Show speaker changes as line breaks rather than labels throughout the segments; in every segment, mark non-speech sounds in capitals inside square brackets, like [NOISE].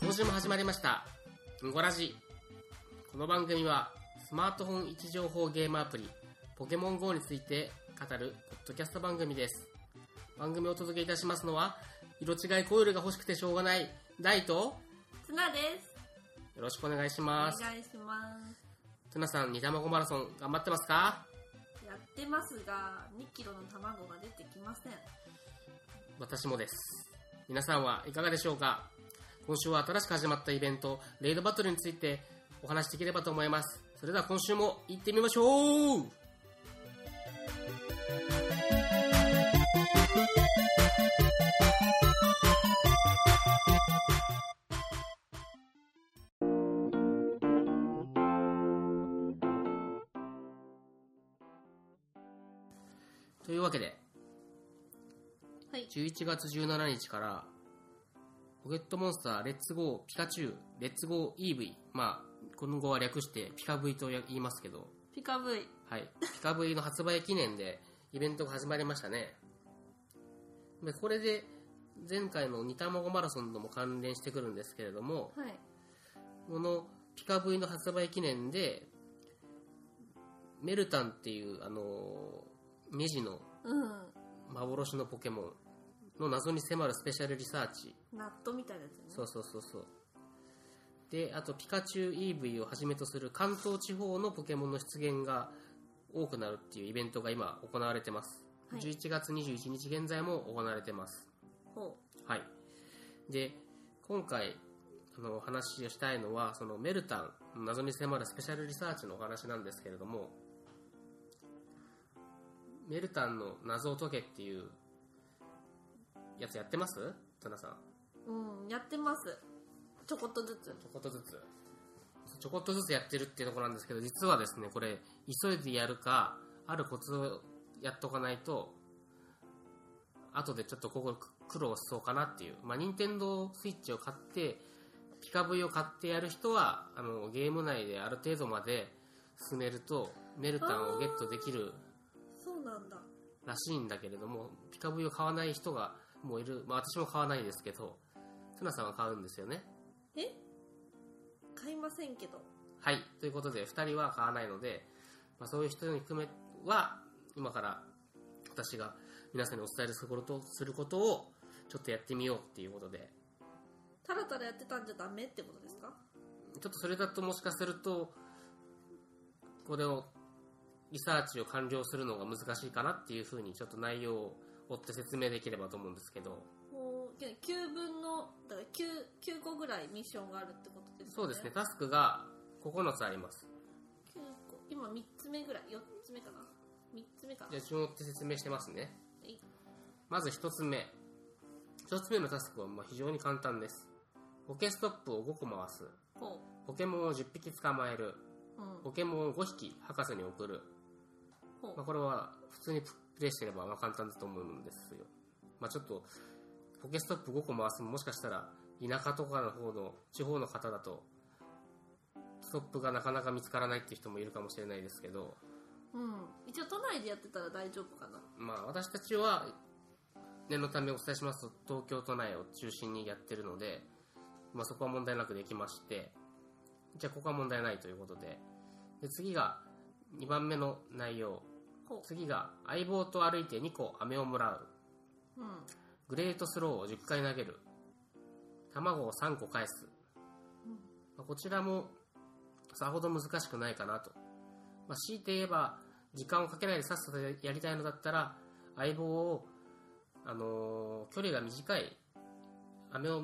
今週も始まりました「ムゴラジ」この番組はスマートフォン位置情報ゲームアプリ「ポケモン GO」について語るポッドキャスト番組です番組をお届けいたしますのは色違いコイルが欲しくてしょうがない大とよ
ツナです。
ろしくお願いし
お願
ます
いします。
トゥナさん煮卵マラソン頑張ってますか
やってますが、2キロの卵が出てきません。
私もです皆さんはいかがでしょうか今週は新しく始まったイベントレイドバトルについてお話しできればと思いますそれでは今週も行ってみましょうというわけで
はい。
11月17日から、ポケットモンスター、レッツゴー、ピカチュウ、レッツゴー EV、まあ、この後は略してピカ V と言いますけど、
ピカブイ。
はい、ピカ V の発売記念でイベントが始まりましたね。でこれで、前回の煮卵マラソンとも関連してくるんですけれども、
はい。
このピカ V の発売記念で、メルタンっていう、あの、ネジの
うん。
幻のポケモンの謎に迫るスペシャルリサーチ
ナットみたいなやつね。
そうそうそうそうであとピカチュウ EV をはじめとする関東地方のポケモンの出現が多くなるっていうイベントが今行われてます、
はい
11月21日現在も行われてます
ほ
はいで今回あのお話をしたいのはそのメルタン謎に迫るスペシャルリサーチのお話なんですけれどもメルタンの謎を解けっていうやつやってます田中さん
う。うん、やってます。ちょこっとずつ。
ちょこっとずつ。ちょこっとずつやってるっていうところなんですけど、実はですね、これ、急いでやるか、あるコツをやっとかないと、後でちょっとここ苦労しそうかなっていう。まあ、任天堂スイッチを買って、ピカブイを買ってやる人は、あの、ゲーム内である程度まで進めると、メルタンをゲットできる
そうなんだ。
らしいんだけれども、ピカブイを買わない人がもういる。まあ、私も買わないですけど、ツナさんは買うんですよね。
え買いませんけど。
はい。ということで、2人は買わないので、まあ、そういう人に含めは、今から私が皆さんにお伝えすることすることを、ちょっとやってみようっていうことで、
たらたらやってたんじゃダメってことですか
ちょっとそれだともしかすると、これを、リサーチを完了するのが難しいかなっていうふうに、ちょっと内容を追って説明できればと思うんですけど、
ほう。けど9分の、だから 9, 9個ぐらいミッションがあるってことですね。
そうですね、。タスクが9つあります。
9個。今3つ目ぐらい。4つ目かな。3つ目かな。
じゃあ、順を追って説明してますね。
はい
まず1つ目。1つ目のタスクはまあ非常に簡単です。ポケストップを5個回す。
ほ
ポケモンを10匹捕まえる。
う。うん。
ポケモンを5匹博士に送る。
ほ
まあ、
う。
これは普通にプレイしてればまあ簡単だと思うんですよ。まあ、ちょっと、ポケストップ5個回すのもしかしたら田舎とかの方の地方の方だと、ストップがなかなか見つからないっていう人もいるかもしれないですけど、
うん。一応都内でやってたら大丈夫かな。
まあ、私たちは念のためお伝えしますと東京都内を中心にやってるので、まあ、そこは問題なくできましてじゃあここは問題ないということでで次が2番目の内容
ほ
次が相棒と歩いて2個飴をもらう
う。うん。
グレートスローを10回投げる卵を3個返す、まあこちらもさほど難しくないかなと、まあ、強いて言えば時間をかけないでさっさとやりたいのだったら相棒を、あのー距離が短い飴を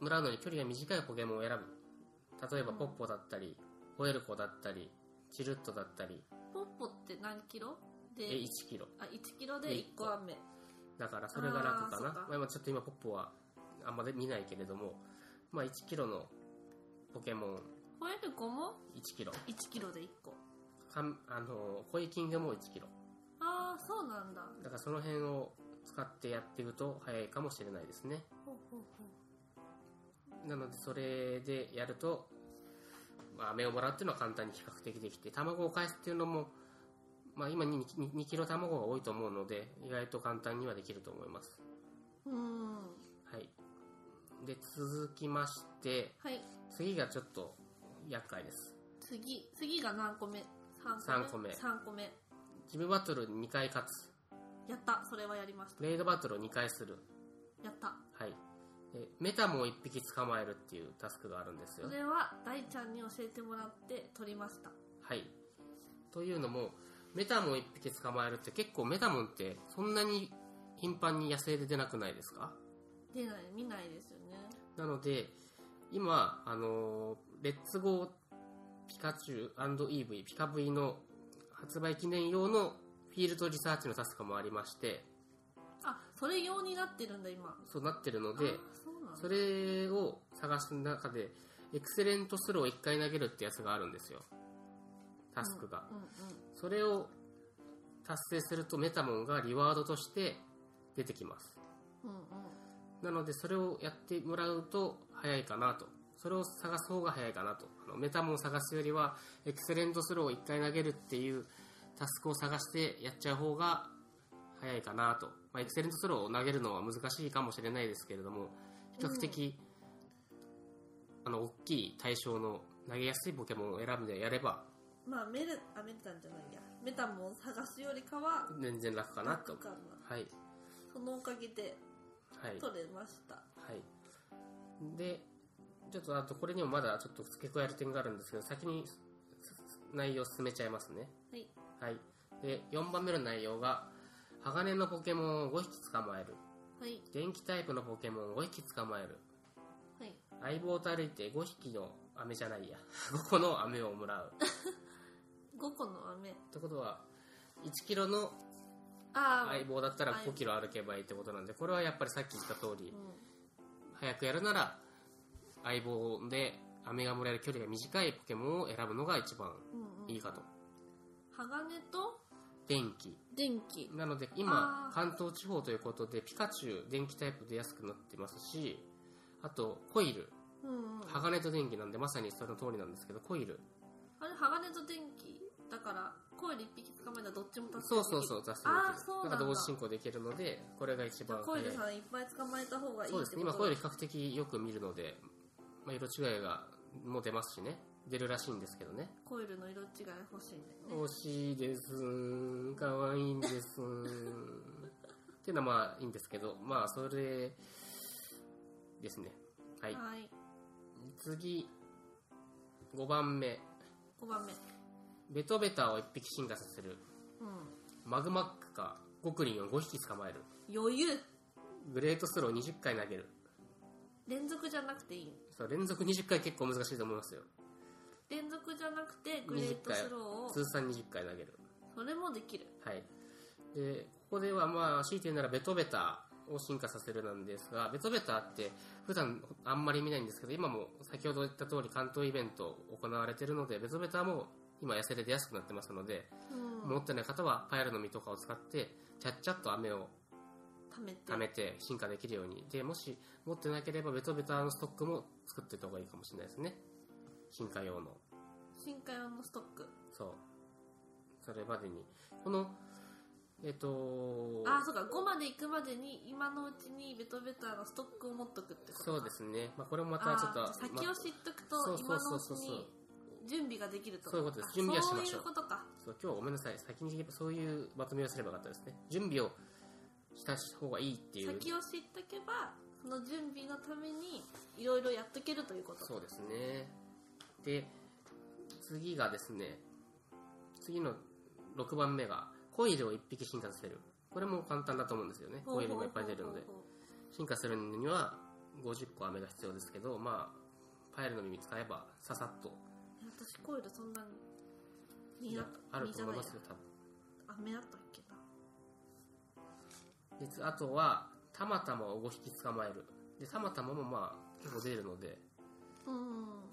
もらうのに距離が短いポケモンを選ぶ例えばポッポだったりホエルコだったりチルットだったり
ポッポって何キロで
で1キロ
あ1キロで
で
1個飴
だからそれが楽かな
あーそうか
まあ、今ちょっと今ポッポはあんまり見ないけれども、まあ、1キロのポケモン
ホエルコも
1キロ
1キロで1個
かんあのコイキングも1キロ
ああそうなんだ
だからその辺を使ってやっていくと早いかもしれないですね
ほうほう
なのでそれでやるとまあ、飴をもらうっていうのは簡単に比較的できて、卵を返すっていうのも、まあ、今に 2, 2キロ卵が多いと思うので、意外と簡単にはできると思います。
うん。
はい。で、続きまして、
はい。
次がちょっと厄介です。
次。次が何個目 ?3
三
個
個
目。
目
3個目。
ジムバトル2回勝つ。
やった。それはやりまし
ブレードバトルを2回する。
た。やった。
はい。でメタモを1匹捕まえるっていうタスクがあるんですよ
そ。れは大ちゃんに教えてもらって撮りました。
はい。というのも、メタモン1匹捕まえるって結構メタモンってそんなに頻繁に野生で出なくないですか
出ない、見ないですよね。
なので、今、あのーレッツゴーピカチュウ &EV、ピカ V の発売記念用のフィールドリサーチのタスクもありまして、
あ、それ用になってるんだ、今。
そうなってるの
あ
で、
そうなん
そ
だ。
れを探す中で、エクセレントスローを1回投げるってやつがあるんですよ。タスクが。
うんうん。
それを達成するとメタモンがリワードとして出てきます。
うん
なのでそれをやってもらうと早いかなと。それを探す方が早いかなと。あのメタモンを探すよりはエクセレントスローを1回投げるっていうタスクを探してやっちゃう方が早いかなと。まあ、エクセレントスローを投げるのは難しいかもしれないですけれども、比較的、あの、大きい対象の投げやすいポケモンを選んでやれば
うん。まあ、メル、あ、メルタンじゃないや。メタモンを探すよりかは、
全然楽かなと。
楽かな
はい。
そのおかげで
はい。
撮れました。
はい。で、ちょっとあとこれにもまだちょっと付け加える点があるんですけど、先にすす内容進めちゃいますね。
はい。
はい。で、4番目の内容が、鋼のポケモンを5匹捕まえる。
はい。
電気タイプのポケモンを5匹捕まえる。
はい。
相棒と歩いて5匹の飴じゃないや。5個 [LAUGHS] の飴をもらう。
5個の飴。
ってことは、1キロの
ああ、
相棒だったら
はい
5キロ歩けばいいってことなんで、これはやっぱりさっき言った通り、早くやるなら相棒で飴がもらえる距離が短いポケモンを選ぶのが一番
うん。うんうん。
いいかと
鋼と
電気
電気。
なので
あ
今
ー
関東地方ということでピカチュウ電気タイプ出やすくなってますしあとコイル
うんうん。あ
鋼と電気なんでまさにその通りなんですけどコイル
れ、鋼と電気だから、コイル1匹捕まえたらどっちも助け。
そうそうそうう出す
あーそうなんだ
から同時進行できるのでこれが一
じゃあ
番
コイ
早い
ルさんいっぱい捕まえた方がいい
そう
っ
で
て
す
こ
ね
と
今コイル比較的よく見るので、まあ、色違いがもう出ますしね出るらしいんですけどね
コイルの色違い欲しいんだよね。
惜しいです可愛いんですっていうのはまあいいんですけどまあそれですねはい
はい。
次5番目
5番目。
ベトベタを1匹進化させる
う
マグマックかゴクリンを5匹捕まえる
ん。余裕
グレートスロー20回投げる
連続じゃなくていい。
そう連続20回結構難しいと思いますよ
連続じゃなくて、グレー
20
ト
回
スローを、
通算20回投げる
それもできる。
はい。で、ここではまあ、強いて言うならベトベタを進化させるなんですが、ベトベタって普段あんまり見ないんですけど、今も先ほど言った通り関東イベント行われてるので、ベトベタも今痩せで出やすくなってますので、
うん。
持ってない方はパイルの実とかを使って、ちゃっちゃっと飴を
貯めて。
貯めて進化できるように。で、もし持ってなければベトベタのストックも作っておいた方がいいかもしれないですね。進化用の。
深海用のストック。
そう。それまでに。この、えっと、
あ、そうか。5まで行くまでに、今のうちにベトベタのストックを持っとくってことか。
そうですね。まあ、これもま
あ
たちょっ
ー
と、
先
ま
を
あ
知っとく
そ
と、
うそ
今
う
の
そう
うち
そう
に準備ができると。
そういうことです
あ
準備はしましょう
そういうことか。
そう今日はごめんなさい。先にそういうまとめをすればよかったですね。準備をした方がいいっていう。
先を知っとけば、その準備のために、いろいろやっとけるということ。
そうですね。で、次がですね、次の6番目が、コイルを1匹進化させる。これも簡単だと思うんですよね。コイルもいっぱい出るので。進化するには50個飴が必要ですけど、まあ、パイルの耳使えばささっと
私コイルそんなに苦手
あると思います
苦
よ、多分。
手じゃない雨だったっけな
でつあとはたまたまを5匹捕まえるでたまたまもまあ結構出るので
うん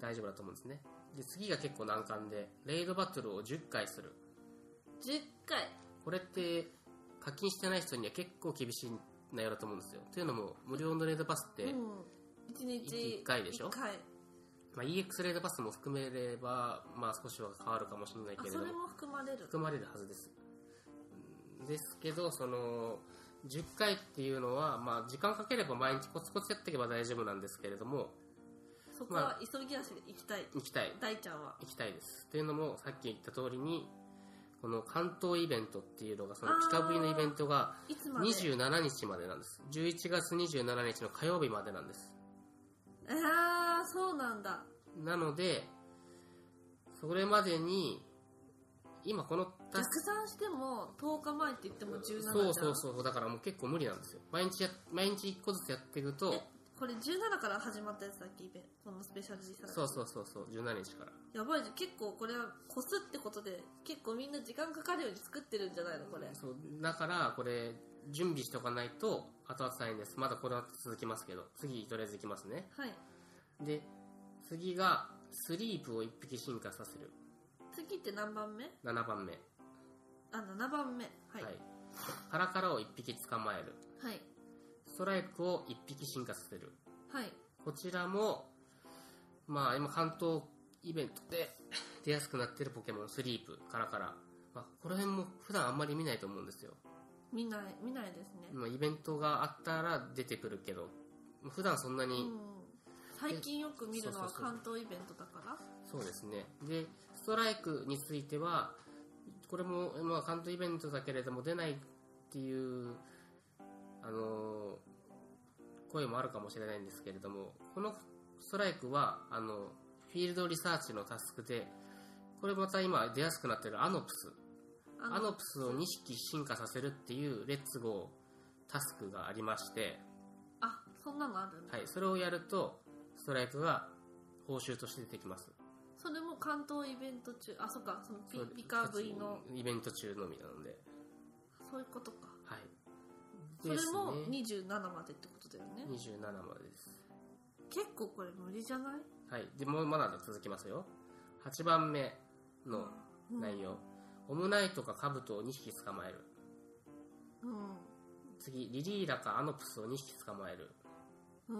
大丈夫だと思うんですねで次が結構難関でレイドバトルを10回する
10回
これって課金してない人には結構厳しい内容だと思うんですよというのも無料のレイドパスって
うん1日
一回でしょ
1回
まあ、EX レードパスも含めれば、まあ、少しは変わるかもしれない
あ
けれど
それも含まれる
含まれるはずですうんですけどその10回っていうのは、まあ、時間かければ毎日コツコツやっていけば大丈夫なんですけれども
そこは急ぎ足で行きたい
行きたい
大ちゃんは
行きたいですというのもさっき言った通りにこの関東イベントっていうのがその
あー
ピカブリのイベントが
いつまで
27日までなんです11月27日の火曜日までなんです
ああそうなんだ
なのでそれまでに今この確
逆算しても10日前って言っても17じゃん
そうそうそうだからもう結構無理なんですよ毎日や毎日1個ずつやっていくと
えこれ17から始まったやつだっけイベントこのスペシャルディサ
そうそうそうそう17日から
やばいじゃん結構これはこすってことで結構みんな時間かかるように作ってるんじゃないのこれ
そうだからこれ準備しておかないと後々大変ですまだこれは続きますけど次とりあえずいきますね
はい
で次がスリープを1匹進化させる
次って何番目
7番目は
あ7番目はい
い、
はい、
カラカラを1匹捕まえる
はい
ストライクを1匹進化させるこちらもまあ今関東イベントで出やすくなってるポケモンスリープカラカラ、まあ、この辺も普段あんまり見ないと思うんですよ
見ない見ないですね
まあイベントがあったら出てくるけど普段そんな
う
に
ん最近よく見るの
そうそ
は
うそう
関東イベントだから
そうですね。で、ストライクについては、これも、まあ、関東イベントだけれども出ないっていう、あのー声もあるかもしれないんですけれども、このストライクは、あの、フィールドリサーチのタスクで、これまた今出やすくなってるアノプス。
あの
アノプスを2匹進化させるっていうレッツゴータスクがありまして、
あそんなのあるんだ、
はい、それをやると、ストライクが報酬として出てきます。
それも関東イベント中あそっかそのピ
そう
ピカブリの
イベント中のみなので、
そういうことか
はい。
それも
ですね
27までってことだよね
27までです。
結構これ無理じゃない
はい。でもうまだ続きますよ。8番目の
うん
内容。オムナイトかカブトを2匹捕まえる。
うん
次、リリーラかアノプスを2匹捕まえる。
うん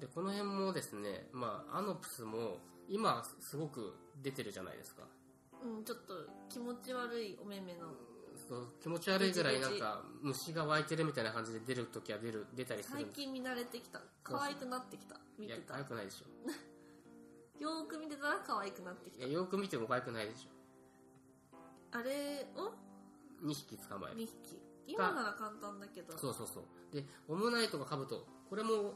で、この辺もですね、まあ、アノプスも今すごく出てるじゃないですか。
うん、ちょっと気持ち悪いお目目の、
そう気持ち悪いぐらいなんか虫が湧いてるみたいな感じで出るときは出る、出たりする
最
んです
近見慣れてきた
そう
可愛くなってきた見
い
て
や、
た
可
よ
愛くないでしょ。
ーく見てたら可愛くなってき
いや、よく見ても可愛くないでしょ。
たあれを
2匹捕まえる
2匹今なら簡単だけど
そうそうそうでオムナイトかカブトこれも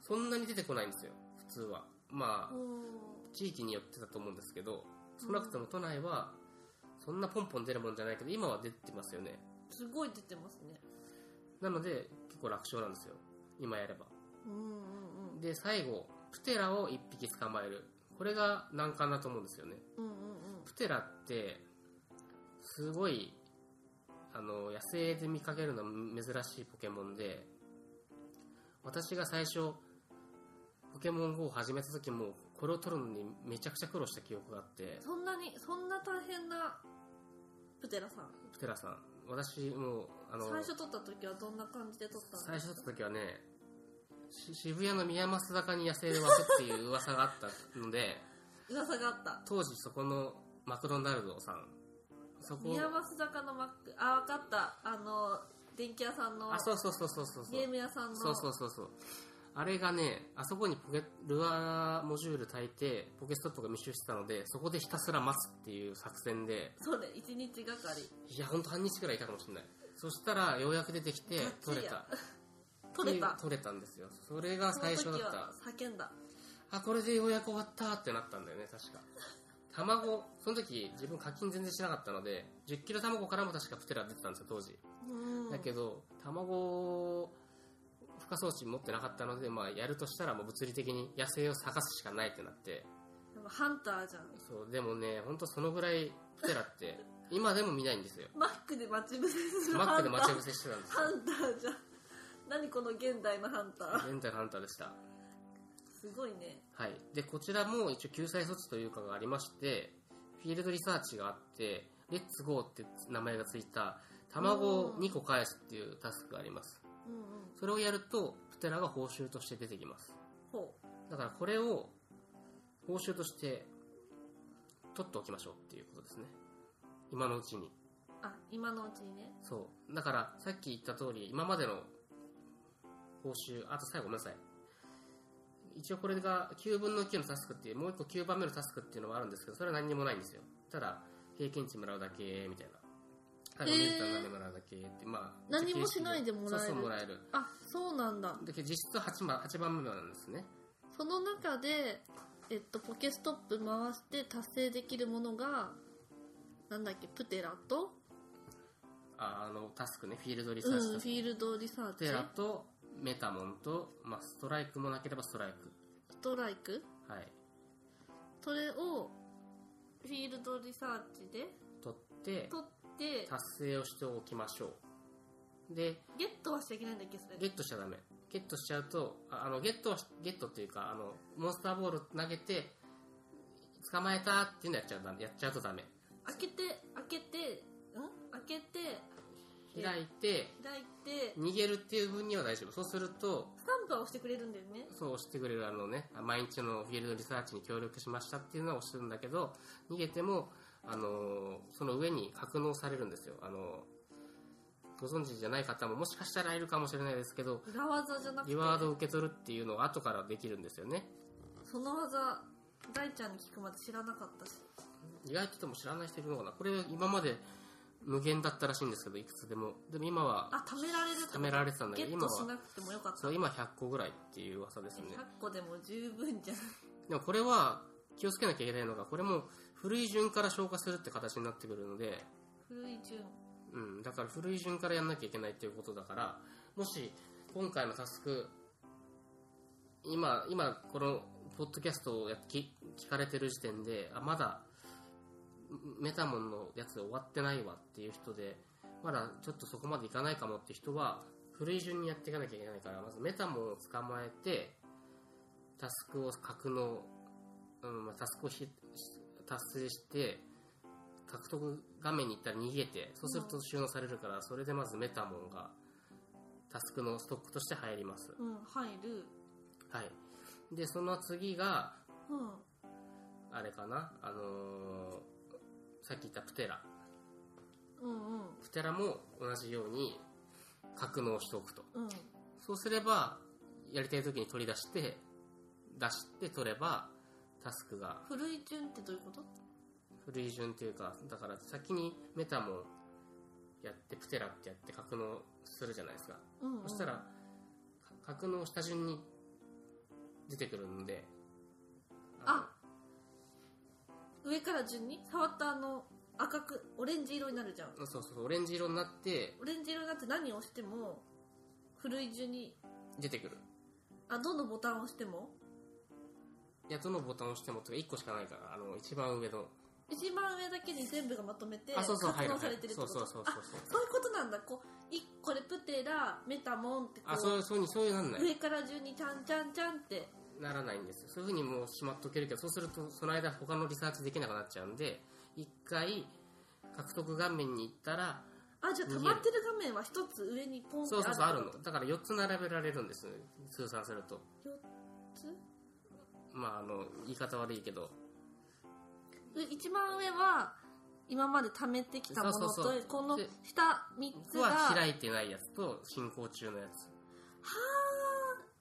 そんなに出てこないんですよ普通はまあ
お
地域によってだと思うんですけど少なくとも都内はそんなポンポン出るもんじゃないけど今は出てますよね
ーすごい出てますね
なので結構楽勝なんですよ今やれば
うんうんうん
で最後プテラを1匹捕まえるこれが難関だと思うんですよね
うんうんうん
プテラってすごいあの野生で見かけるの珍しいポケモンで私が最初ポケモン GO を始めた時もこれを取るのにめちゃくちゃ苦労した記憶があって
そんなにそんな大変なプテラさん
プテラさん私もうあの
最初撮った時はどんな感じで撮ったの
最初取った時はねし渋谷の宮益坂に野生で湧くっていう噂があったので
噂があった
当時そこのマクドナルドさんそこ
宮益坂のマックあ分かったあの電気屋さんの
あそうそうそうそうそうそう
ゲーム屋さんの
そうそうそうそうあれがねあそこにポケルアーモジュール炊いてポケストップが密集してたのでそこでひたすら待つっていう作戦で
それ1日がかり
いやほんと半日くらいいたかもしれないそしたらようやく出てきて
ガ
取
チや
れた
取れた
取れたんですよそれが
その
最初だっ
時は
た
叫んだ
あこれでようやく終わったってなったんだよね確か卵その時自分課金全然しなかったので1 0キロ卵からも確かプテラ出てたんですよ当時
うん
だけど卵孵化装置持ってなかったので、まあ、やるとしたらもう物理的に野生を探すしかないってなって
でもハンターじゃん
そうでもね本当そのぐらいプテラって
[LAUGHS]
今でも見ないんですよ
マックで待ち伏せする
マックで待ち
ハン
伏せしてたんです
[LAUGHS] ターハンターじゃん何この現代のハンター
よレンタルハンターでした
すごいね
はいでこちらも一応救済措置というかがありましてフィールドリサーチがあってレッツゴーって名前がついた卵を2個返すっていうタスクがあります
うんうん
それをやるとプテラが報酬として出てきます
ほう
だからこれを報酬として取っておきましょうっていうことですね。今のうちに。
あ今のうちにね
そう。だからさっき言った通り、今までの報酬、あと最後ごめんなさい。一応これが9分の9のタスクっていう、もう一個9番目のタスクっていうのはあるんですけど、それは何にもないんですよ。ただ、経験値もらうだけ、みたいな。彼のメンター何もらうだけって、まあ。
何もしないでもらえる
そうそうもらえる。
あそうなんだ
で実質 8, 番8番目なんですね。
その中で、えっと、ポケストップ回して達成できるものがなんだっけプテラと、
ああの、タスクね、フィールドリサ
う
ー
ん、
チタス
フ
ク
ィールドリサーチ
テラとメタモンと、まあ、ストライクもなければストライク。
ストライク
はい。
それをフィールドリサーチで
取って、
取って
達成をしておきましょう。で、
ゲットはしちゃいけないんだっけそれ
ゲットしちゃダメ。ゲットしちゃうと、ああの、ゲットはし、ゲットっていうか、あの、モンスターボール投げて、捕まえたっていうのやっちゃうダメやっちゃうとダメ。
開けて開けてん開けて
開いて、
開いて
逃げるっていう分には大丈夫。そうすると、
スタンプは押してくれるんだよね
そう押してくれるあのね、毎日のフィールドリサーチに協力しましたっていうのは押してるんだけど、逃げても、あのーその上に格納されるんですよ。あのーご存知じゃない方ももしかしたらいるかもしれないですけど、
裏技じゃなくて
リワードを受け取るっていうのを後からできるんですよね。
その技大ちゃんに聞くまで知らなかったし
意外とでも知らない人いるのかな。これ今まで無限だったらしいんですけど、いくつでも。でも今は
あ貯められるって
貯められてたんだ
ゲ
けど、
ッ
今
トしな
は、
くてもよかった
そう、今100個ぐらいっていう噂ですね。
100個でも十分じゃん
でもこれは気をつけなきゃいけないのが、これも古い順から消化するって形になってくるので、
古い順
うん、だから古い順からやんなきゃいけないっていうことだから、もし今回のタスク、今、今このポッドキャストをやっ聞聞かれてる時点で、あ、まだメタモンのやつ終わってないわっていう人で、まだちょっとそこまでいかないかもって人は、古い順にやっていかなきゃいけないから、まずメタモンを捕まえて、タスクを格納、うん、まあタスクをひ達成して、獲得画面に行ったら逃げて、そうすると収納されるから、それでまずメタモンがタスクのストックとして入ります。
うん入る
はい。で、その次が、
うん
あれかな、あのーさっき言ったプテラ。
うん
プテラも同じように格納しておくと。
うんうん
そうすれば、やりたい時に取り出して、出して取れば、タスクが
古い順ってどういうこと
古い順というか、だから先にメタモンやって、プテラってやって格納するじゃないですか。
うん、うん、
そしたら、か格納した順に出てくるので、
あ上から順に触ったあの赤くオレンジ色になるじゃん
のそうそうそう、オレンジ色になって
オレンジ色になって何を押しても古い順に
出てくる。
あどのボタンを押しても
いや、どのボタンを押しても、とか1個しかないから、あの、一番上の。
一番上だけに全部がまとめて
あ、そうそう、
活
入る。
動
入
さ
る
れてるっ
そ
てこ
うそう
と
そう
あ
そうそう。
そういうことなんだこういこれプテラメタモンってこ
あ、そう、そういうそういうなんない。
上から順にちゃんちゃんちゃんって
ならないんですよそういうふうにもうしまっとけるけどそうするとその間他のリサーチできなくなっちゃうんで一回獲得画面に行ったら
あじゃあ溜まってる画面は一つ上にポンって
そうそうそうあ
あ
る
るってこ
のだから4つ並べられるんです通算すると
と四
まああの言い方悪いけど
つう一番上は今まで溜めてきたものと
そうそうそう
この
で
下三つ
こ
が
は
は
開いてないやつと進行中のやつ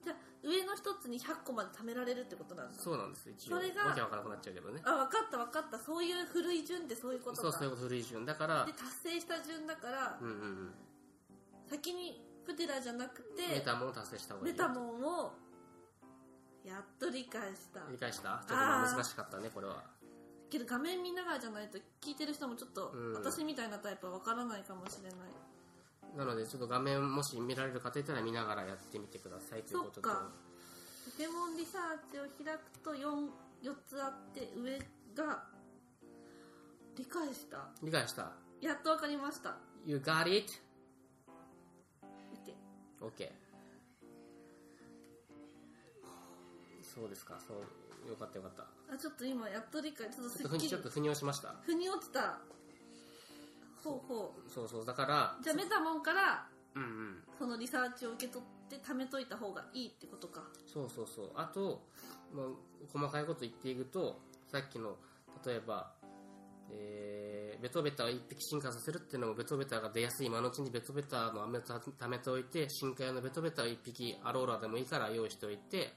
ーじゃあ上の一つに100個まで溜められるってことなんだ
そうなんです一応
それが
わけわからなくなっちゃうけどね
あ分かった分かったそういう古い順ってそういうこと
そ
か
うそういう古い順だから
で達成した順だから、
うんうんうん
先にプテラじゃなくて
メタモンを達成した方がい
メ
いよ
タモンをやっと理解した
理解したちょっと今難しかったねこれは
けど画面見ながらじゃないと聞いてる人もちょっと、
うん
私みたいなタイプは分からないかもしれない
なのでちょっと画面もし見られる方いたら見ながらやってみてくださいということと
そっかポケモンリサーチを開くと 4, 4つあって上が理解した
理解した
やっと分かりました
You got it?
見て
OK そうですかそうよかったよかった
あちょっと今やっと理解ちょっとす
ちょっとふ
っき
に
り
ちょっと腑に落ちました
腑に落ちたほうほ
そうそうだから
うじゃあメタモンから
うんうん
そのリサーチを受け取って貯めといた方がいいってことか
そうそうそうあとまあ、細かいこと言っていくとさっきの例えば、えーベトベタを一匹進化させるっていうのもベトベタが出やすい今のうちにベトベタの飴を貯めておいて深海用のベトベタを一匹アローラでもいいから用意しておいて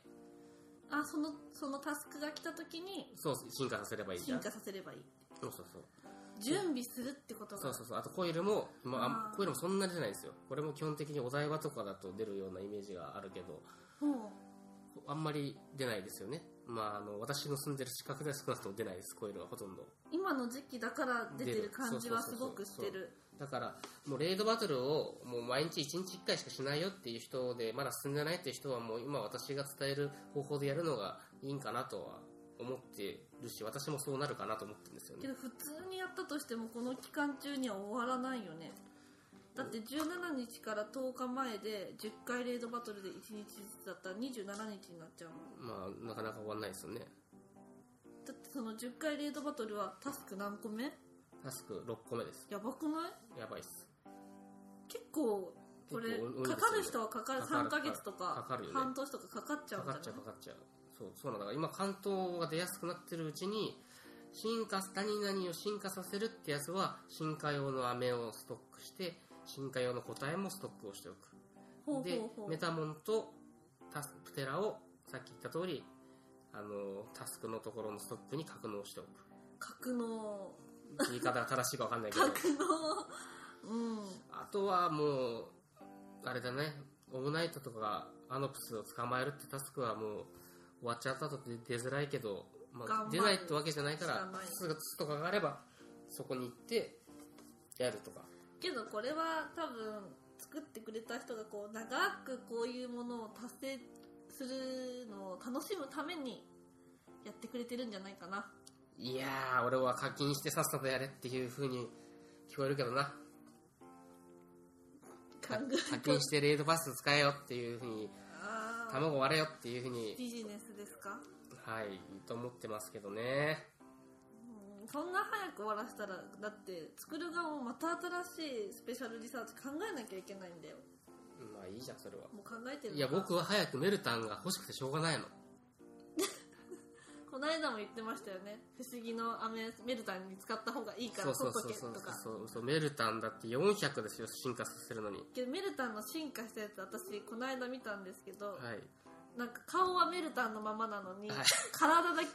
あそのそのタスクが来た時に
そう進化させればいいじゃ
進
んそ
化
う
させればいい
そうそう
準備するってことが
そうそうそうあとコイルも、まああ
あ
ん、
ー
コイルもそんな出ないんですよこれも基本的にお台場とかだと出るようなイメージがあるけど
も
あんまり出ないですよねまああの私の住んでる近くでは少なくとも出ないですコイルはほとんど
う今の時期だから出てる感じはすごくしてる
だからもうレイドバトルをもう毎日1日1回しかしないよっていう人でまだ進んでないっていう人はもう今私が伝える方法でやるのがいいんかなとは思ってるし私もそうなるかなと思ってるんですよ
け
ね
ど普通にやったとしてもこの期間中には終わらないよねだって17日から10日前で10回レイドバトルで1日ずつだったら27日になっちゃうもん
まあなかなか終わんないですよね
だってその10回レイドバトルはタスク何個目
タスク6個目です
やばくない
やばいっす
結構これ
結構多いですよね
かかる人はかかる
かかる
3ヶ月と
か
か
かるよね
半年とかかかっちゃう
かか
んじゃな
っ
い
ちゃうかかっちゃうそうそうなんだから今関東が出やすくなってるうちに進化何々を進化させるってやつは進化用の飴をストックして進化用の答えもストックをしておく
ほうほう
で
ほう
メタモンとタスプテラをさっき言った通りあのタスクのところのストックに格納しておく
[LAUGHS] 格納
言い方が正しいか分かんないけど
格納うん
あとはもうあれだねオブナイトとかアノプスを捕まえるってタスクはもう終わっちゃったと出出づらいけど、まあ
頑張、る
出ないってわけじゃないから
しかない
すぐとかがあればそこに行ってやるとか
けどこれは多分作ってくれた人がこう長くこういうものを達成するのを楽しむためにやってくれてるんじゃないかない
やー俺は課金してさっさとやれっていう風に聞こえるけどな
考え
課金してレイドパス使えよっていう風に
あー
卵割れよっていうふうに、
ビジネスですか、
はい、と思ってますけどね。
うん、そんな早く終わらせたらだって作る側もまた新しいスペシャルリサーチ考えなきゃいけないんだよ
まあいいじゃん、それは。
もう考えてるのか
いや、僕は早くメルタンが欲しくてしょうがないの。
この間も言ってましたよね不思議の雨メルタンに使った方がいいから
そう
取っ
そうそうそう
とけとか
そうそう。メルタンだって400ですよ、進化させるのに。
けどメルタンの進化したやつ私この間見たんですけ
は
ど、
い。
なんか顔はメルタンのままなのに、
はい
体だ
[LAUGHS]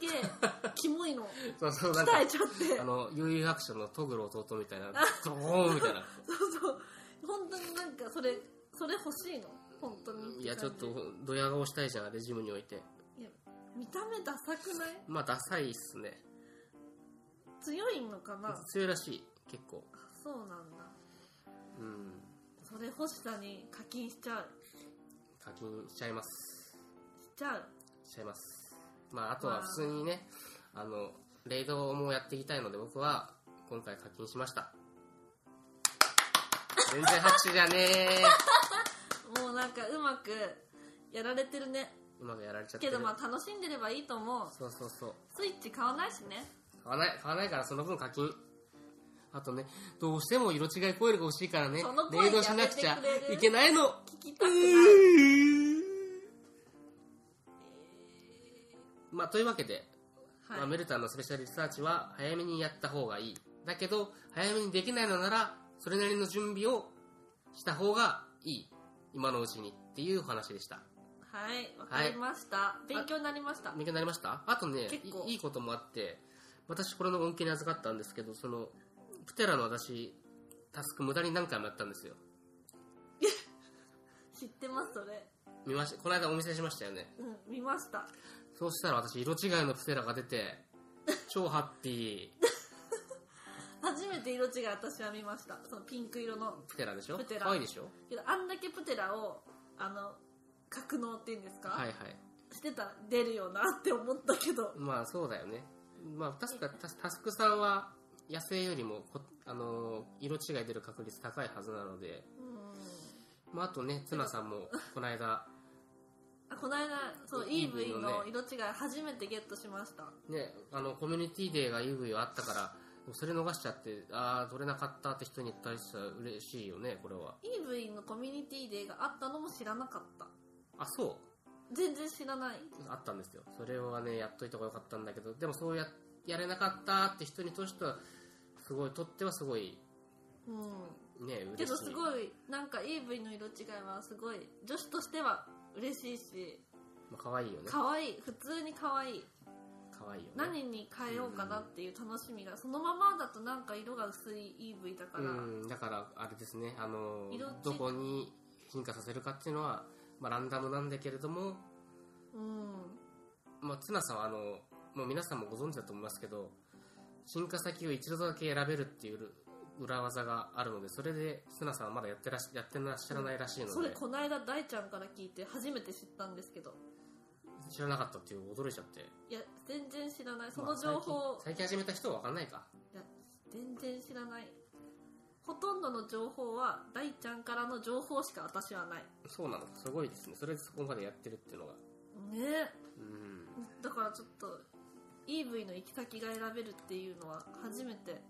けキモいの
そうそう、なんか
鍛え、ちゃって
あの、悠々白書のトグロ弟みたいな、ドーンみたい
[LAUGHS]
な。
そうそう本当になんかそれそれ欲しいの本当に
いや、ちょっと
て感、
ドヤ顔したいじゃん、あれ、ジムにおいて。
じいや見た目ダサくない
まあ、ダサいっすね。
強いのかなあ
強いらしい、結構。
そうなんだ
うん。
それ欲しさに課金しちゃう
課金しちゃいます。
しちゃう
しちゃいます。まあ、あとは普通にね、あの、レイドもやっていきたいので、僕は今回課金しました。全然拍手じゃねえ。
もうなんかうまくやられてるね
うまくやられちゃって
け
る。
どまあ楽しんでればいいと思う
そうそうそう。
スイッチ買わないしね
買わない、買わないからその分課金。あとね、どうしても色違いコイルが欲しいからね
その、声
レイドしなくちゃ
やめてくれる
いけないの。
聞きたくないう
ーまあ、というわけで、まあ、
はい
メルタンのスペシャルリサーチは早めにやった方がいい。だけど、早めにできないのなら、それなりの準備をした方がいい。今のうちにっていうお話でした。
はいわかりました、勉強になりました
勉強になりましたあとね
結構
い、いいこともあって、私これの恩恵に預かったんですけど、その、プテラの私、タスク無駄に何回もやったんですよ。
知ってますそれ
見ました。この間お見せしましたよね。
うん見ました
そうしたら私、色違いのプテラが出て、超ハッピー。
初めて色違い私は見ましたそのピンク色の
プテラでしょ
[LAUGHS] プテラ
可愛いでしょ
けどあんだけプテラをあの格納っていうんですか、
はいはい。
してたら出るよなって思ったけど
まあそうだよね。まあ確かタスタスクさんは野生よりもこあのー色違い出る確率高いはずなので、
うん
まああとね、ツナさんもこの間、
あこの間その
イ
イ
ー
ー
ブ
ブ
イ
イ
のね
の色違い初めてゲットしました
ね、あのコミュニティデーが UV あったから、それ逃しちゃって、ああ、取れなかったって人に対しては嬉しいよね、これは。
イーブイのコミュニティデーがあったのも知らなかった
あ、そう
全然知らない
あったんですよそれはねやっといた方がよかったんだけどでもそうややれなかったって人にとしてはすごいとってはすごい
うん
ね嬉しい
けどすごいなんか EV の色違いはすごい女子としては嬉しいし
まあ、可愛いよね
可愛い普通に可愛い
可愛いよね
何に変えようかなっていう楽しみがそのままだとなんか色が薄い EV だから、
うんだからあれですねあの
色つい
どこに進化させるかっていうのは、まあ、ランダムなんだけれども、
うん
まあ、ツナさんはあのもう皆さんもご存知だと思いますけど進化先を一度だけ選べるっていう裏技があるのでそれでツナさんはまだやってらしやってらっしゃらないらしいの
それ
で、
この間大ちゃんから聞いて初めて知ったんですけど
知らなかったっていう驚いちゃって
いや全然知らないそ
ま
の
あ
情報、
最近最近始めた人は分かんないか
いや全然知らないほとんどの情報は大ちゃんからの情報しか私はない
そうなのすごいですねそれでそこまでやってるっていうのが
ね
うん
だからちょっと EV の行き先が選べるっていうのは初めて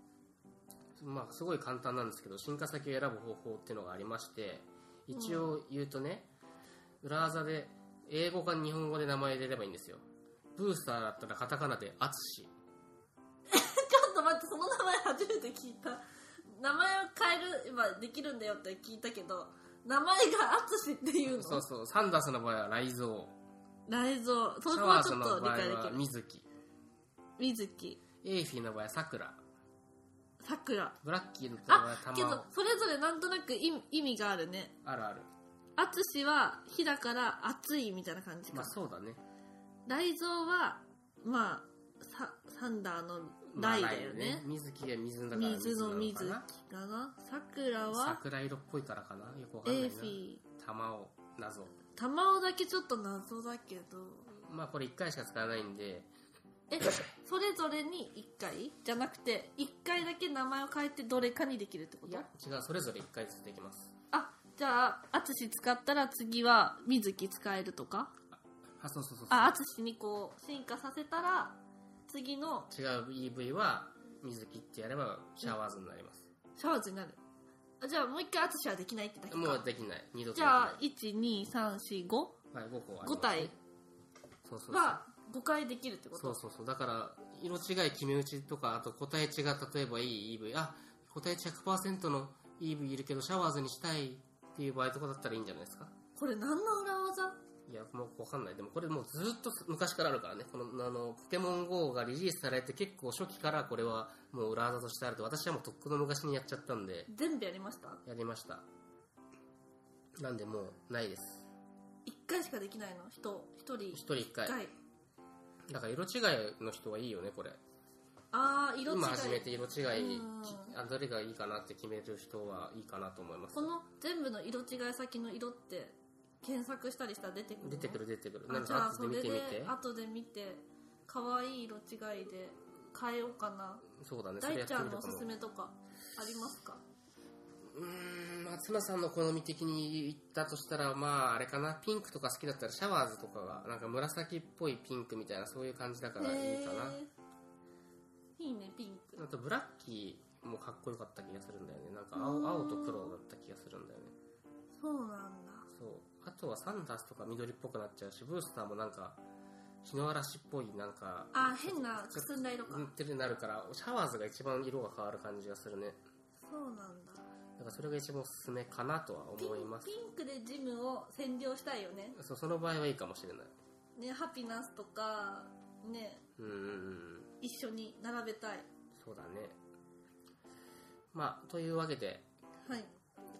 まあ、すごい簡単なんですけど進化先を選ぶ方法っていうのがありまして一応言うとね、裏技で英語か日本語で名前入れればいいんですよブースターだったらカタカナで「アツシ
ちょっと待ってその名前初めて聞いた名前を変えるまあできるんだよって聞いたけど名前が「淳っていうの
そうそうサンダースの場合は「ライゾ
内臓
ウ」
そ
シャ
こは
ワー
ち
ス
ょっ
の
と理
場合
解でき
は「
る
ミズキ
水木」
エイフィーの場合は「サクラ」
さくら
ブラッキーの場合は
あ
「
け
タマ
どそれぞれなんとなく意意味があるね
あるある
淳は火だから熱いみたいな感じか、
まあそうだね
雷蔵はまあササンダーの
まあ
雷だよね,、
水木は水だから
水の
な
水
か
木
な
かな桜は
桜色っぽいからかなよくわかんな
エー
い
フ
な
ィー
玉を謎
玉尾だけちょっと謎だけど
まあこれ1回しか使わないんで
えそれぞれに1回じゃなくて1回だけ名前を変えてどれかにできるってこ
い
と
や違うそれぞれ1回ずつできます
あじゃあ淳使ったら次は水木使えるとか
あそうそうそうそう
あ淳にこう進化させたら次の
違う EV は水切ってやればシャワーズになります、
シャワーズになるあじゃあもう一回淳はできないってだけか
もうできない二度と
じゃあ
はい、5個あ
12345
ります
5体
そうそうそう
は5回できるってこと
そうそうそうだから色違い決め打ちとかあと答え違い例えばいい EV あ答え100%の EV いるけどシャワーズにしたいっていう場合とかだったらいいんじゃないですか
これ何の裏技
いやもうわかんないでもこれもうずっと昔からあるからねこのあのポケモン GO がリリースされて結構初期からこれはもう裏技としてあると私はもうとっくの昔にやっちゃったんで
全部やりました
やりましたなんでもうないです
1回しかできないの人1人
一人一回
1回、
だから色違いの人はいいよねこれ
ああ色違い
今始めて色違いき
うん
あどれがいいかなって決める人はいいかなと思います
この全部の色違い先の色って検索したりしたら出てくるの
出てくる出てくるな
あ
の
じ
で
ゃあ
後
そ
で見
れ
て
で
みて
後で見て可愛い色違いで変えようかな
そうだねそれや
大
って
ちゃ
み
ん
る
のお
か
す
も
すめとかありますか
うーん松村さんの好み的に言ったとしたらまああれかなピンクとか好きだったらシャワーズとかがなんか紫っぽいピンクみたいなそういう感じだからいいかな
へーいいねピンク
あとブラッキーもかっこよかった気がするんだよねなんか
うーん
青青と黒だった気がするんだよね
そうなんだ
そうあとはサンダースとか緑っぽくなっちゃうしブースターもなんか日の嵐っぽいなんか
あ変なくすんだ色か
塗ってるようになるからシャワーズが一番色が変わる感じがするね
そうなんだ
だからそれが一番おすすめかなとは
ピン
思います
ピンクでジムを占領したいよね
そうその場合はいいかもしれない
ねハピナスとかね
うんうんうん
一緒に並べたい
そうだねまあというわけで
はい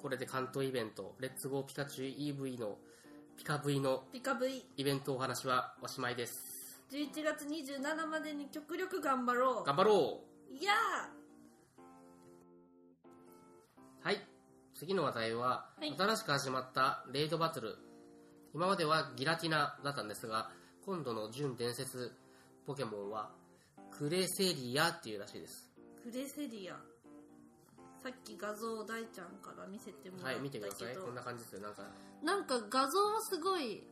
これで関東イベント「レッツゴーピカチュウ EV」のピカ V の
ピカ V11
イベントお話はおしまいです
月27までに極力頑張ろ
頑張ろう
ういや
はい次の話題は、
はい
新しく始まったレイドバトル今まではギラティナだったんですが今度の純伝説ポケモンはクレセリアっていうらしいです
ークレセリアさっき画像を大ちゃんから見せても
は
らっ
い
た
見てくださ
け
いこ
ど
んな感じですよなんか
なんか画像はすごい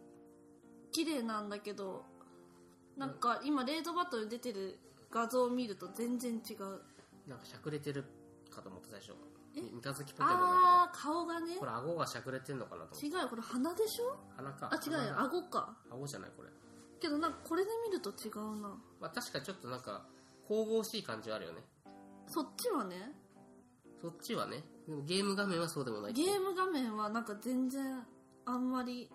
綺麗なんだけどなんか今レードバトル出てる画像を見ると全然違う
なんかしゃくれてるかと思った最初
え
み三日月ポケモンだ
あー顔がね
けどこれ顎がしゃくれてんのかなと思
違
って
うよこれ鼻でしょ
鼻か
あ違うよ
鼻
顎か
顎じゃないこれ
けどなんかこれで見ると違うな
まあ確かにちょっとなんか神々しい感じはあるよね
そっちはね
そっちはねでもゲーム画面はそうでもない
ゲーム画面はなんか全然あんまり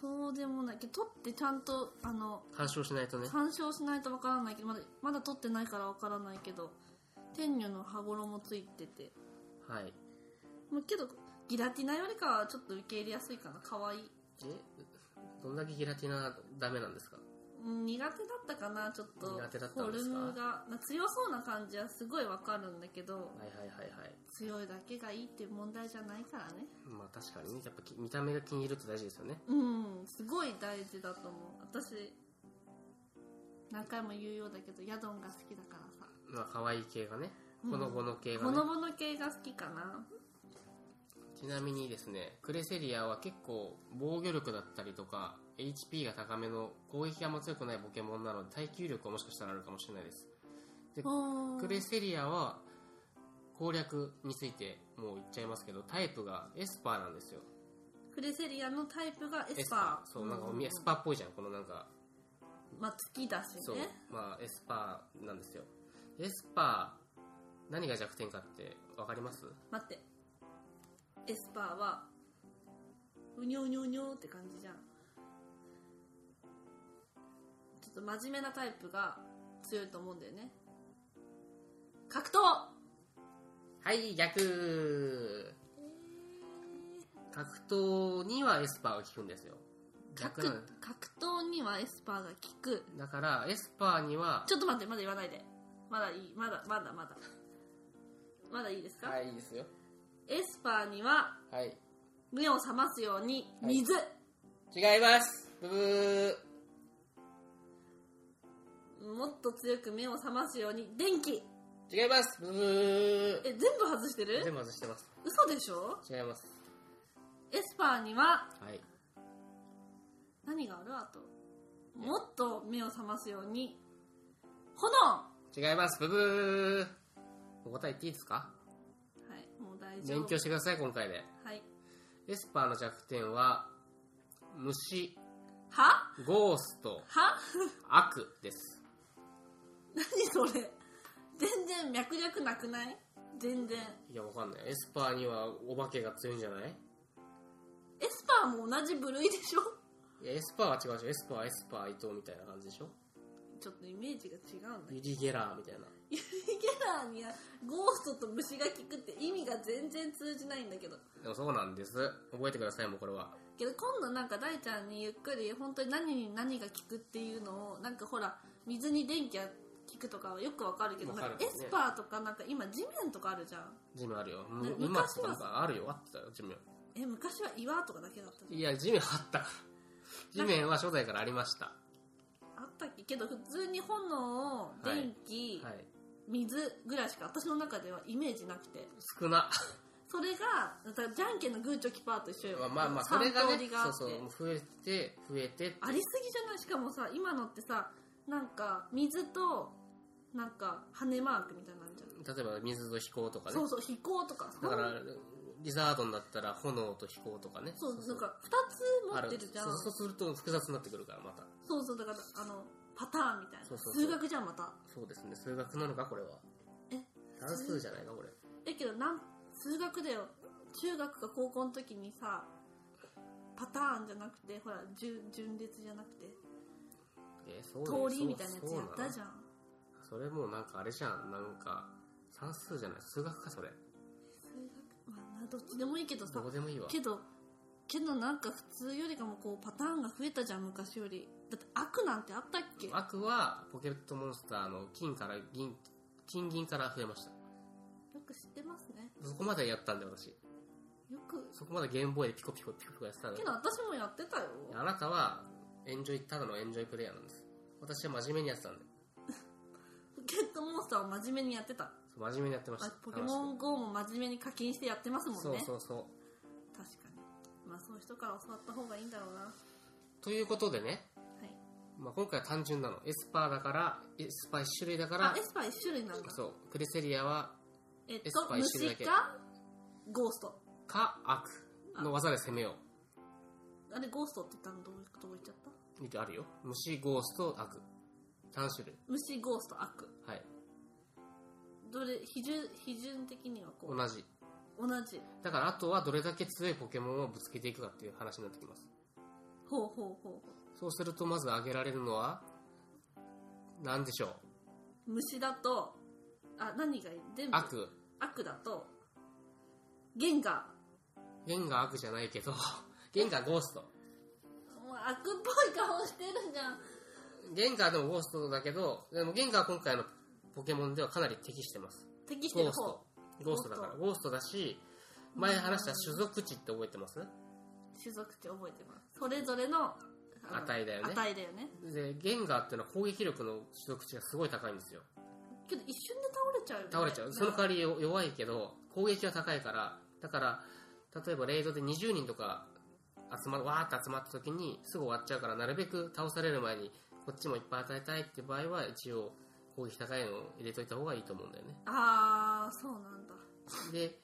そうでもないけど撮ってちゃんとあの
干渉しないとね
鑑賞しないとわからないけどまだまだ撮ってないからわからないけど天女の羽衣もついてて
はい
まあけどギラティナよりかはちょっと受け入れやすいかな可愛い
えどんだけギラティナダメなんですか
うん苦手だったかなちょっと
苦手だった
フォ
んで
ル
すか
ムがな強そうな感じはすごいわかるんだけど
はいはいはいはい
強いだけがいいっていう問題じゃないからね
まあ確かにねやっぱき見た目が気に入るって大事ですよね
うんすごい大事だと思う私何回も言うようだけどヤドンが好きだからさ
まあ可愛い系がね
うん
ほのぼの系が
ほ
ね、
のぼの系が好きかな
ちなみにですねクレセリアは結構防御力だったりとか HP が高めの攻撃があんま強くないポケモンなので耐久力はもしかしたらあるかもしれないですで
おー
クレセリアは攻略についてもう言っちゃいますけどタイプがエスパーなんですよ
クレセリアのタイプがエスパー
そうなんかおみエス
ー
パーっぽいじゃんこのなんか
まあ月だしね
そう、まあ、エスパーなんですよ。エスパー、何が弱点かって分かります
待ってエスパーはうにょうにょうにょって感じじゃんちょっと真面目なタイプが強いと思うんだよね格闘
はい、逆格闘にはエスパーが効くんですよ。逆な
格
ん
格闘にはエスパーが効く
だから、エスパーには、
ちょっと待ってまだ言わないでまだいいまだまだまだまだいいですか、
い、いいですよ。
エスパーには
はい。
目を覚ますように水、
違いますブブ
もっと強く目を覚ますように電気
ー違いますブブ
え全部外して
ー全
る
部外してます。
嘘でしょ
違います。
エスパーには
はい。
何があるあともっと目を覚ますように炎は
違いますブブーお答え言っていいですか
いもう大丈夫
勉強してください、今回で。
はい
エスパーの弱点は、虫、
は
ゴースト、
は [LAUGHS]
悪です。
何それ全然脈略なくない全然
いや、わかんない。エスパーにはお化けが強いんじゃない
エスパーも同じ部類でしょ [LAUGHS]
いや、エスパーは違うでしょ。エスパーはエスパー伊藤みたいな感じでしょ。
ちょっとイメージが違うんだけど
ユリ・ゲラーみたいな。
ユリ・ゲラーにはゴーストと虫が効くって意味が全然通じないんだけど
でもそうなんです。覚えてください、もうこれは。
けど今度なんか大ちゃんにゆっくり本当に何に何が効くっていうのをなんかほら水に電気が効くとかはよくわかるけど
わ
な
か
ん
る
か
ね
エスパーとかなんか今地面とかあるじゃん
ジムあるよ。
ね
む今
昔
と
は
かなんかあるよ。あったよ、ジム。
え昔は岩とかだけだったじ
いや、ジムあった。ジムは初代からありました。
ゃんあったっけけど普通に炎電気、
はい。
水ぐらいしか私の中ではイメージなくて
少な。
それがだからじゃんけんのグーチョキパーと一緒よ
まあまあ、そ
三
れが
通
ね
り、があ
そ
っ
う
て
そう、増えて、増えて、
ありすぎじゃないしかもさ今のってさなんか水となんか羽マークみたいなんじゃん、
例えば水と飛行とかね。
そうそう飛行とか
だか
そ
ら
ん、
リザードになったら炎と飛行とかね。
そうなんか
あ
2つ持
る
ってるじゃん
そ
そうう
そうすると複雑になってくるから、また。
そうだからあのパターンみたいな
そうそうそう
数学じゃんまた
そうですね。数学なのか、これは。
え
算数じゃないか、これ。
えけどなん数学だよ中学か高校の時にさパターンじゃなくてほら順順列じゃなくて
えーそう
通りみたいなやつやったじ
ゃん
ゃん
そう。それもうなんかあれじゃん。なんか、算数じゃない。数学か、それ。
数学まあなどっちでもいいけどさ
どこでもいいわ。
けどけどなんか普通よりかもこうパターンが増えたじゃん昔よりだって悪なんてあったっけ
悪は、ポケットモンスターの金から銀、金銀から増えました。
よく知ってますね
そこまでやったんで、私。
よく
そこまでゲームボーイでピコピコピコピコやってたんで
け。ど私もやってたよ
あなたは、エンジョイ、ただのエンジョイプレイヤーなんです。私は真面目にやってたんで。
ポケットモンスターを真面目にやってた
そう真面目にやってました
あ。ポケモ
ン
ン GO も真面目に課金してやってますもんね
そうそうそ
確かにまあそういう人から教わった方がいいんだろうなは
う。ということでね、
い
まあ、今回は単純なの。エスパーだから、エスパー一種類だか
あ
ら
エ、スパー一種類なんだ
そう、クレセリアは
えっ
エ
と
スパーしてるだ
虫
け
かゴースト
か悪の技で攻めよ
あれゴーストって言ったのどうどこ行っちゃった
う見てあるよ虫ゴースト悪3種類
虫ゴースト悪
はい
どれ比重比順的にはこう
同じ
同じ
だからあとはどれだけ強いポケモンをぶつけていくかっていう話になってきます
ほうほうほうほ
そうするとまず挙げられるのは何でしょう
う虫だとあ何がいい全部
悪
悪だとゲンガ
ゲンガ悪じゃないけど [LAUGHS] ゲンガゴースト
もう悪っぽい顔してるじゃん
ゲンガーでもゴーストだけどでもゲンガーは今回のポケモンではかなり適してます
適して
ゴ
る
ース
方
トゴーストだからゴーストだし前話した種族値って覚えてます
種族値覚えてますそれぞれのあの
値だよね
値だよね
でゲンガーっていうのは攻撃力の種族値がすごい高いんですよ
けど一瞬で倒れちゃうよね
倒れちゃうその代わりよ弱いけど攻撃は高いからだから例えばレイドで20人とか集まわーって集まった時にすぐ終わっちゃうからなるべく倒される前にこっちもいっぱい与えたいって場合は一応攻撃高いのを入れといた方がいいと思うんだよね
ああそうなんだ
で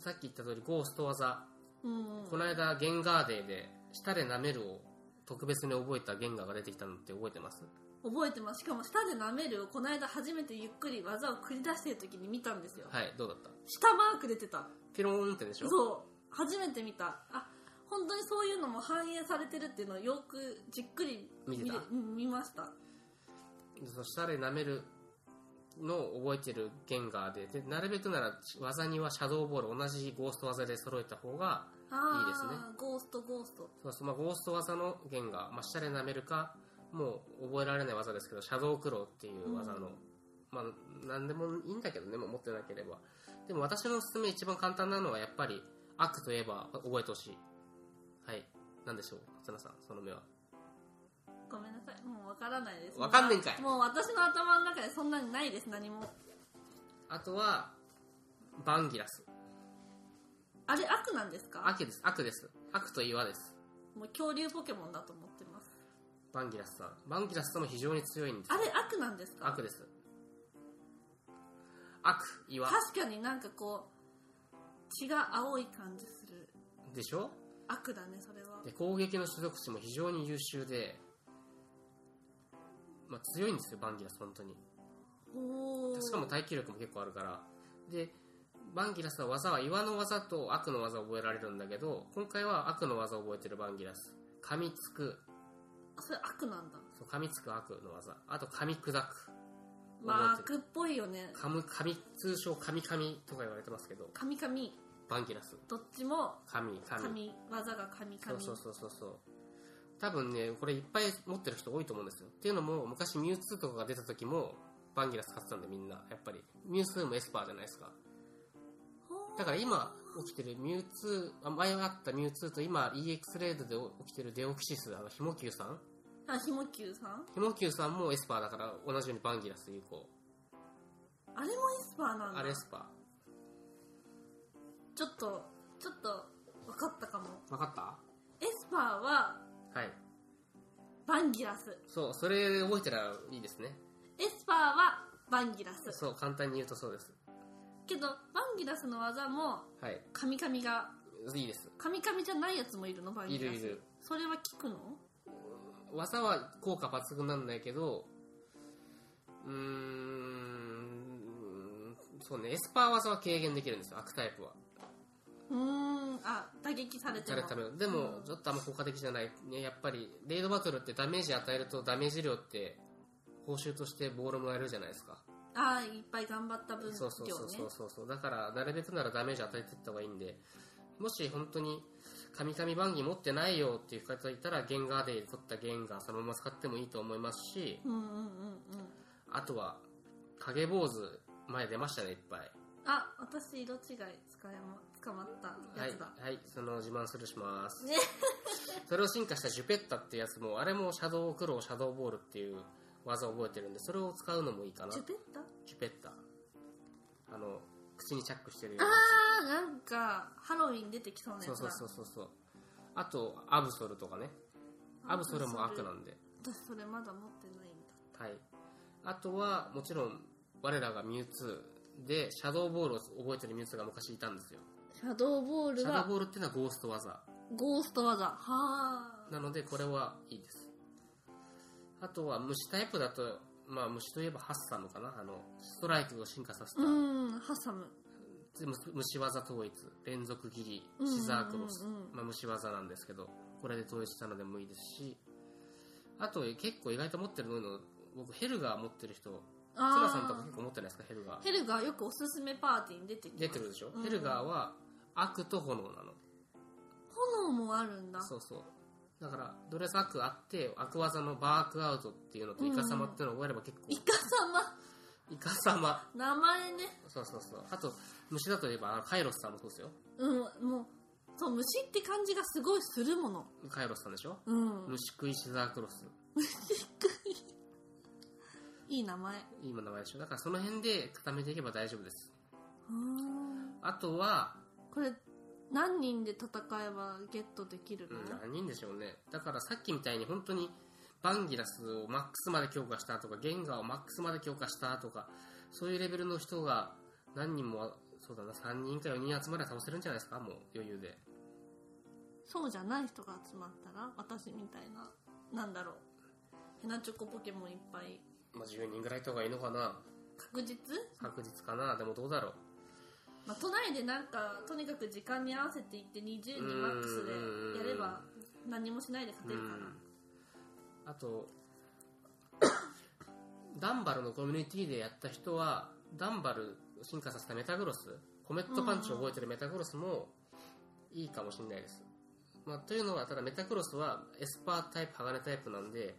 さっき言った通りゴースト技
うん
この間ゲンガーデーで舌で舐めるを特別に覚えたゲンガーが出てきたのって覚えてます
覚えてますしかも舌で舐めるをこの間初めてゆっくり技を繰り出してる時に見たんですよ
はいどうだった
舌マーク出てた
ピローンってでしょ
そう初めて見たあ本当にそういうのも反映されてるっていうのをよくじっくり
見てた
れうん見ました
その舌で舐めるのを覚えてるゲンガーででなるべくなら技にはシャドーボール同じゴースト技で揃えた方が
あー
いいですね
ゴーストゴースト
そうそう、まあ、ゴースト技のゲンガー、まあ、舌で舐めるかもう覚えられない技ですけどシャドークローっていう技の、
うん
まあ何でもいいんだけどねもう持ってなければでも私のおすすめ一番簡単なのはやっぱり悪といえば覚えてほしいはい何でしょう松田さんその目は
ごめんなさいもうわからないです
わかんねんかい
もう私の頭の中でそんなにないです何も
あとはバンギラス
あれ悪なんですか
悪です悪です悪と岩です
もう恐竜ポケモンだと思ってます
バンギラスさん。バンギラスさんも非常に強いんです
あ
よ。
れ悪なんですか
悪です。悪、岩。
確かになんかこう血が青い感じする
でしょ
悪だねそれは
で、攻撃の種族値も非常に優秀で、まあ強いんですよ、バンギラス、本当に。
おお
しかも耐久力も結構あるから。で、バンギラスは技は岩の技と悪の技を覚えられるんだけど、今回は悪の技を覚えてるバンギラス。噛みつく、
それ悪なんだ
そう噛みつく悪の技。あと噛み砕く。
まあ
覚
悪っぽいよね
噛む、噛み、通称噛み噛みとか言われてますけど、
神々
バンギラス。
どっちも
神神
神技が神
そう
々
そうそうそうそう多分ねこれいっぱい持ってる人多いと思うんですよっていうのも昔ミュウツーとかが出た時もバンギラス買ってたんでみんなやっぱりミュウツーもエスパーじゃないですか
ほ
だから今起きてるミュウツーあ前あったミュウツーと今 EX レードで起きてるデオキシスあのヒモキュウさん
あひもきゅうさん
ヒモキュウさんもエスパーだから同じようにバンギラス有効
あれもエスパーなんだ
あれエスパ
ちょっとちょっと分かったかも
ー分かっ
エスパーは
たはい
バンギラス
そうそれ覚えたらいいですね
エスパーはバンギラス
そう簡単に言うとそうです
けどバンギラスの技も
はい
神々が
いいです
神々じゃないやつもいるのバンギラス
いるいる
それは効くの
技は効果抜群なんだけどうーんそうねエスパー技は軽減できるんですよ悪タイプは
うーんあ打撃されて
され
も
た分でもちょっとあんま効果的じゃない、ね、やっぱりレイドバトルってダメージ与えるとダメージ量って報酬としてボールもらえるじゃないですか、
あーいっぱい頑張った分量ね
そうそうそうそうそうそうだからなるべくならダメージ与えていった方がいいんでもし本当に神々番組持ってないよっていう方いたらゲンガーデイで取ったゲンガーそのまま使ってもいいと思いますし
うんうんうんうん
あとは、影坊主、前出ましたね、いっぱい。
あ私色違い捕ま捕まった
は
や
い
つだ、、
はい、その自慢するします
ね。
[LAUGHS] それを進化したジュペッタってやつも、あれもシャドウクロー、シャドウボールっていう技を覚えてるんで、それを使うのもいいかな。
ジ
ジ
ュペッタ
ュペッタ。あの、口にチャックしてるよう
あ
な。
ーなんかハロウィン出てきそうなやつ
そう
だ
そうそうそうそう。あと、アブソルとかね。アブソルも悪なんで。
私それまだ持ってないんだ
はい。あとは、もちろん、我らがミュウツー、でシャドーボールを覚えてるミューズが昔いたんですよ
シャドーボー
シ
ル
ャドー
が
ボールっていうのはゴースト技
ゴースト技はあ
なのでこれはいいですあとは虫タイプだとまあ虫といえばハッサムかなあのストライクを進化させた、
うんハサム
虫技統一連続斬り
うん
シザークロス、
うんうん
まあ、虫技なんですけどこれで統一したのでもいいですしあと結構意外と持ってるの僕ヘルガー持ってる人ツナさんとか
あ
結構持ってないですかヘルガ
あ
ー
ヘルがよくおすすめパーティーに出てきます
出てるでしょ、
うん
ヘルガーは悪と炎なの
炎もあるんだ
そうそうだからドレス悪あって悪技のバークアウトっていうのとイカ様っていうのを覚えれば結構、
イカ様
イカ様
名前ね
そうそうそうあと虫だといえばあのカイロスさんもそうですよ
うんもうそう虫って感じがすごいするもの
カイロスさんでしょ、
うん
虫食いシザークロス
いい名前う
今名前でしょだからその辺で固めていけば大丈夫です
ーん
あとは、
これ何人で戦えばゲットできる
う
の、
ん、何人でしょうねだからさっきみたいに本当にバンギラスをマックスまで強化したとかゲンガーをマックスまで強化したとかそういうレベルの人が何人もそうだな3人か4人集まれば倒せるんじゃないですかもう余裕で
そうじゃない人が集まったら私みたいななんだろうヘナチョコポケモンいっぱい
まあ、10人ぐらいいた方がいいのかな
確実、
確実かなでもどうだろう
まあ、都内でなんかとにかく時間に合わせていって20人マックスでやれば何もしないで勝てるかな
うんあと [COUGHS] ダンバルのコミュニティでやった人はダンバルを進化させたメタグロスコメットパンチを覚えてるメタグロスもいいかもしれないです、まあ、というのはただメタグロスはエスパータイプ鋼タイプなんで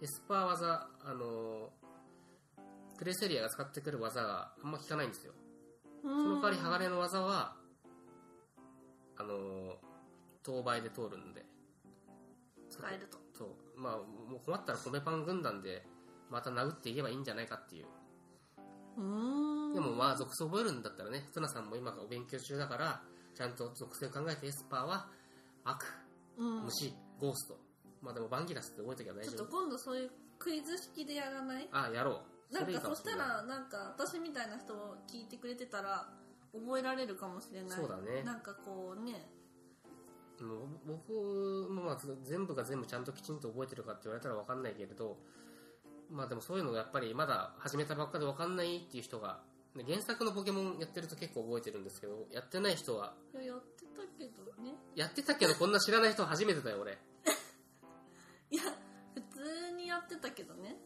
エスパー技あのークレセリアが使ってくる技があんま効かないんですよ
うん
その代わり鋼の技はあのー等倍で通るんで
使えると
そうまあもう困ったら米パン軍団でまた殴っていけばいいんじゃないかっていう
うーん
でもまあ属性覚えるんだったらねトナさんも今お勉強中だからちゃんと属性考えてエスパーは悪
うん
虫、ゴーストまあでもバンギラスって覚えときゃ大
ちょっ
丈
と
夫
今度そういうクイズ式でやらない
あやろう
なん
れい
か
いも
そし
れ
た
ない
らなんか私みたいな人を聞いてくれてたら覚えられるかもしれない
そうだね
なんかこうね
もう僕もまあ全部が全部ちゃんときちんと覚えてるかって言われたら分かんないけれどまあでもそういうのがやっぱりまだ始めたばっかで分かんないっていう人がで原作のポケモンやってると結構覚えてるんですけどやってない人はい
ややってたけどね
やってたけどこんな知らない人初めてだよ俺
いや普通にやってたけどね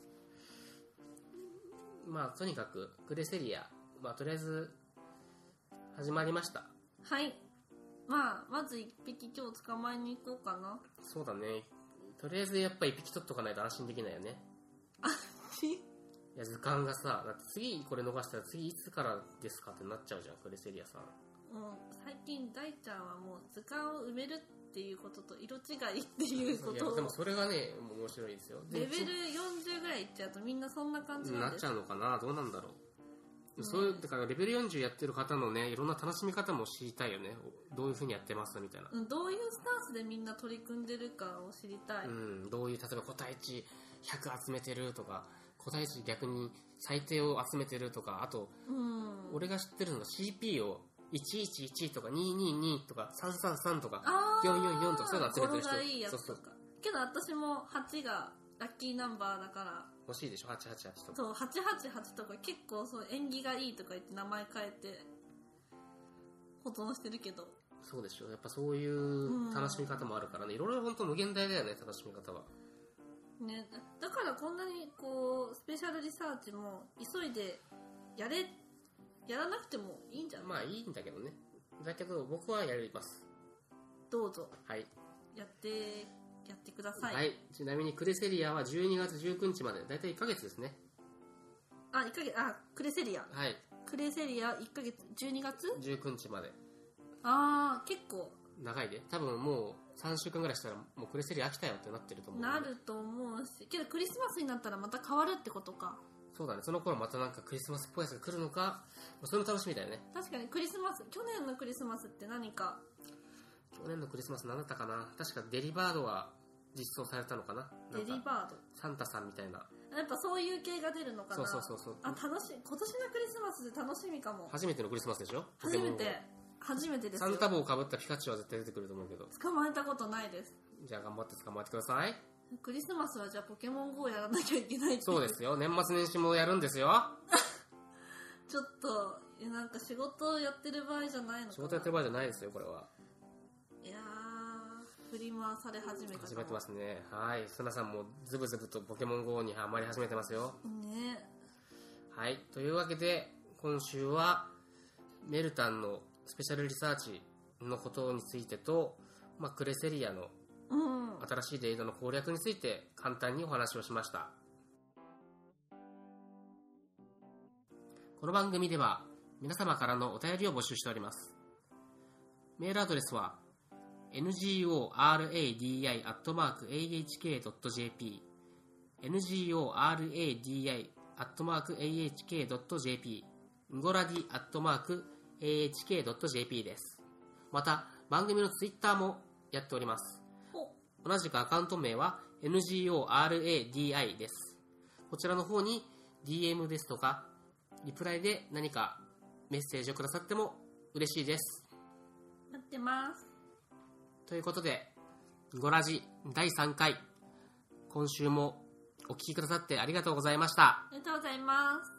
まあとにかくグレセリアまあとりあえず始まりました
はいまあまず一匹今日捕まえに行こうかな
そうだねとりあえずやっぱ一匹取っとかないと安心できないよねいや図鑑がさだって次これ逃したら次いつからですかってなっちゃうじゃんグレセリアさん
もう最近大ちゃんはもう図鑑を埋めるっていうことと色違いっていうこ
いや
とを
でもそれがね面白いですよで
レベル40ぐらいいっちゃうとみんなそんな感じな
なんっ
で
ち
す
ゃうのかなどうなんだろう、そういうだからレベル40やってる方のねいろんな楽しみ方も知りたいよねどういうふうにやってますみたいな、
うんどういうスタンスでみんな取り組んでるかを知りたい、
うん、どういう例えば個体値100集めてるとか個体値逆に最低を集めてるとかあと
うん、
俺が知ってるのが CP を111とか222とか333とか
あー
444とかそういうの集めてる人
語呂がいいやつとか
そうそう
けど私も8がラッキーナンバーだから
欲しいでしょ888とか
そう888とか結構そう縁起がいいとか言って名前変えて保存してるけど
そうでしょやっぱそういう楽しみ方もあるからねいろいろ本当無限大だよね楽しみ方は
ねだだからこんなにこうスペシャルリサーチも急いでやれやらなくてもいいんじゃない、
まあいいんだけどねだけど僕はやります
どうぞ
はい、
やってやってくださ、
はいちなみにクレセリアは12月19日までだいたい1ヶ月ですね
あ1ヶ月あクレセリア
はい
クレセリア1ヶ月12月
19日まで
ああ結構
長いで多分もう3週間ぐらいしたらもうクレセリア飽きたよってなってると思う
なると思うしけどクリスマスになったらまた変わるってことか
そうだねその頃またなんかクリスマスっぽいやつが来るのかそれも楽しみだよね
確かにクリスマス去年のクリスマスって何か
去年のクリスマス何だったかな確かデリバードは実装されたのかなな
デリ
んか
バード
サンタさんみたいな
やっぱそういう系が出るのかな
そうそうそうそう
あ楽しい今年のクリスマスで楽しみかも
初めてのクリスマスでしょポケ
初
モ
め
ン GO
て初めてです
サ
よ
ンタ帽をかぶったピカチュウは絶対出てくると思うけど
捕まえたことないです
じゃあ頑張って捕まえてください
クリスマスはじゃあポケモン GO やらなきゃいけないってい
そうです
[LAUGHS]
よ年末年始もやるんですよ
ちょっとえなんか仕事やってる場合じゃないのかな
仕事やってる場合じゃないですよこれはい
やー振り回され始めたかも
始めてますねはいそなさんもズブズブとポケモン GO にハマり始めてますよ
ね
はいというわけで今週はメルタンのスペシャルリサーチのことについてと、まあ、クレセリアの
うん
新しいデータの攻略について簡単にお話をしましたこの番組では皆様からのお便りを募集しておりますメールアドレスは ngoradi.ahk.jp ngoradi.ahk.jp ンゴラディ .ahk.jp ですまた番組のツイッターもやっております
お
同じくアカウント名は NGORADI です。こちらの方に DM ですとか、リプライで何かメッセージをくださっても嬉しいです。
待ってます
ということで、ゴラジ第3回、今週もお聴きくださってありがとうございました。
ありがとうございます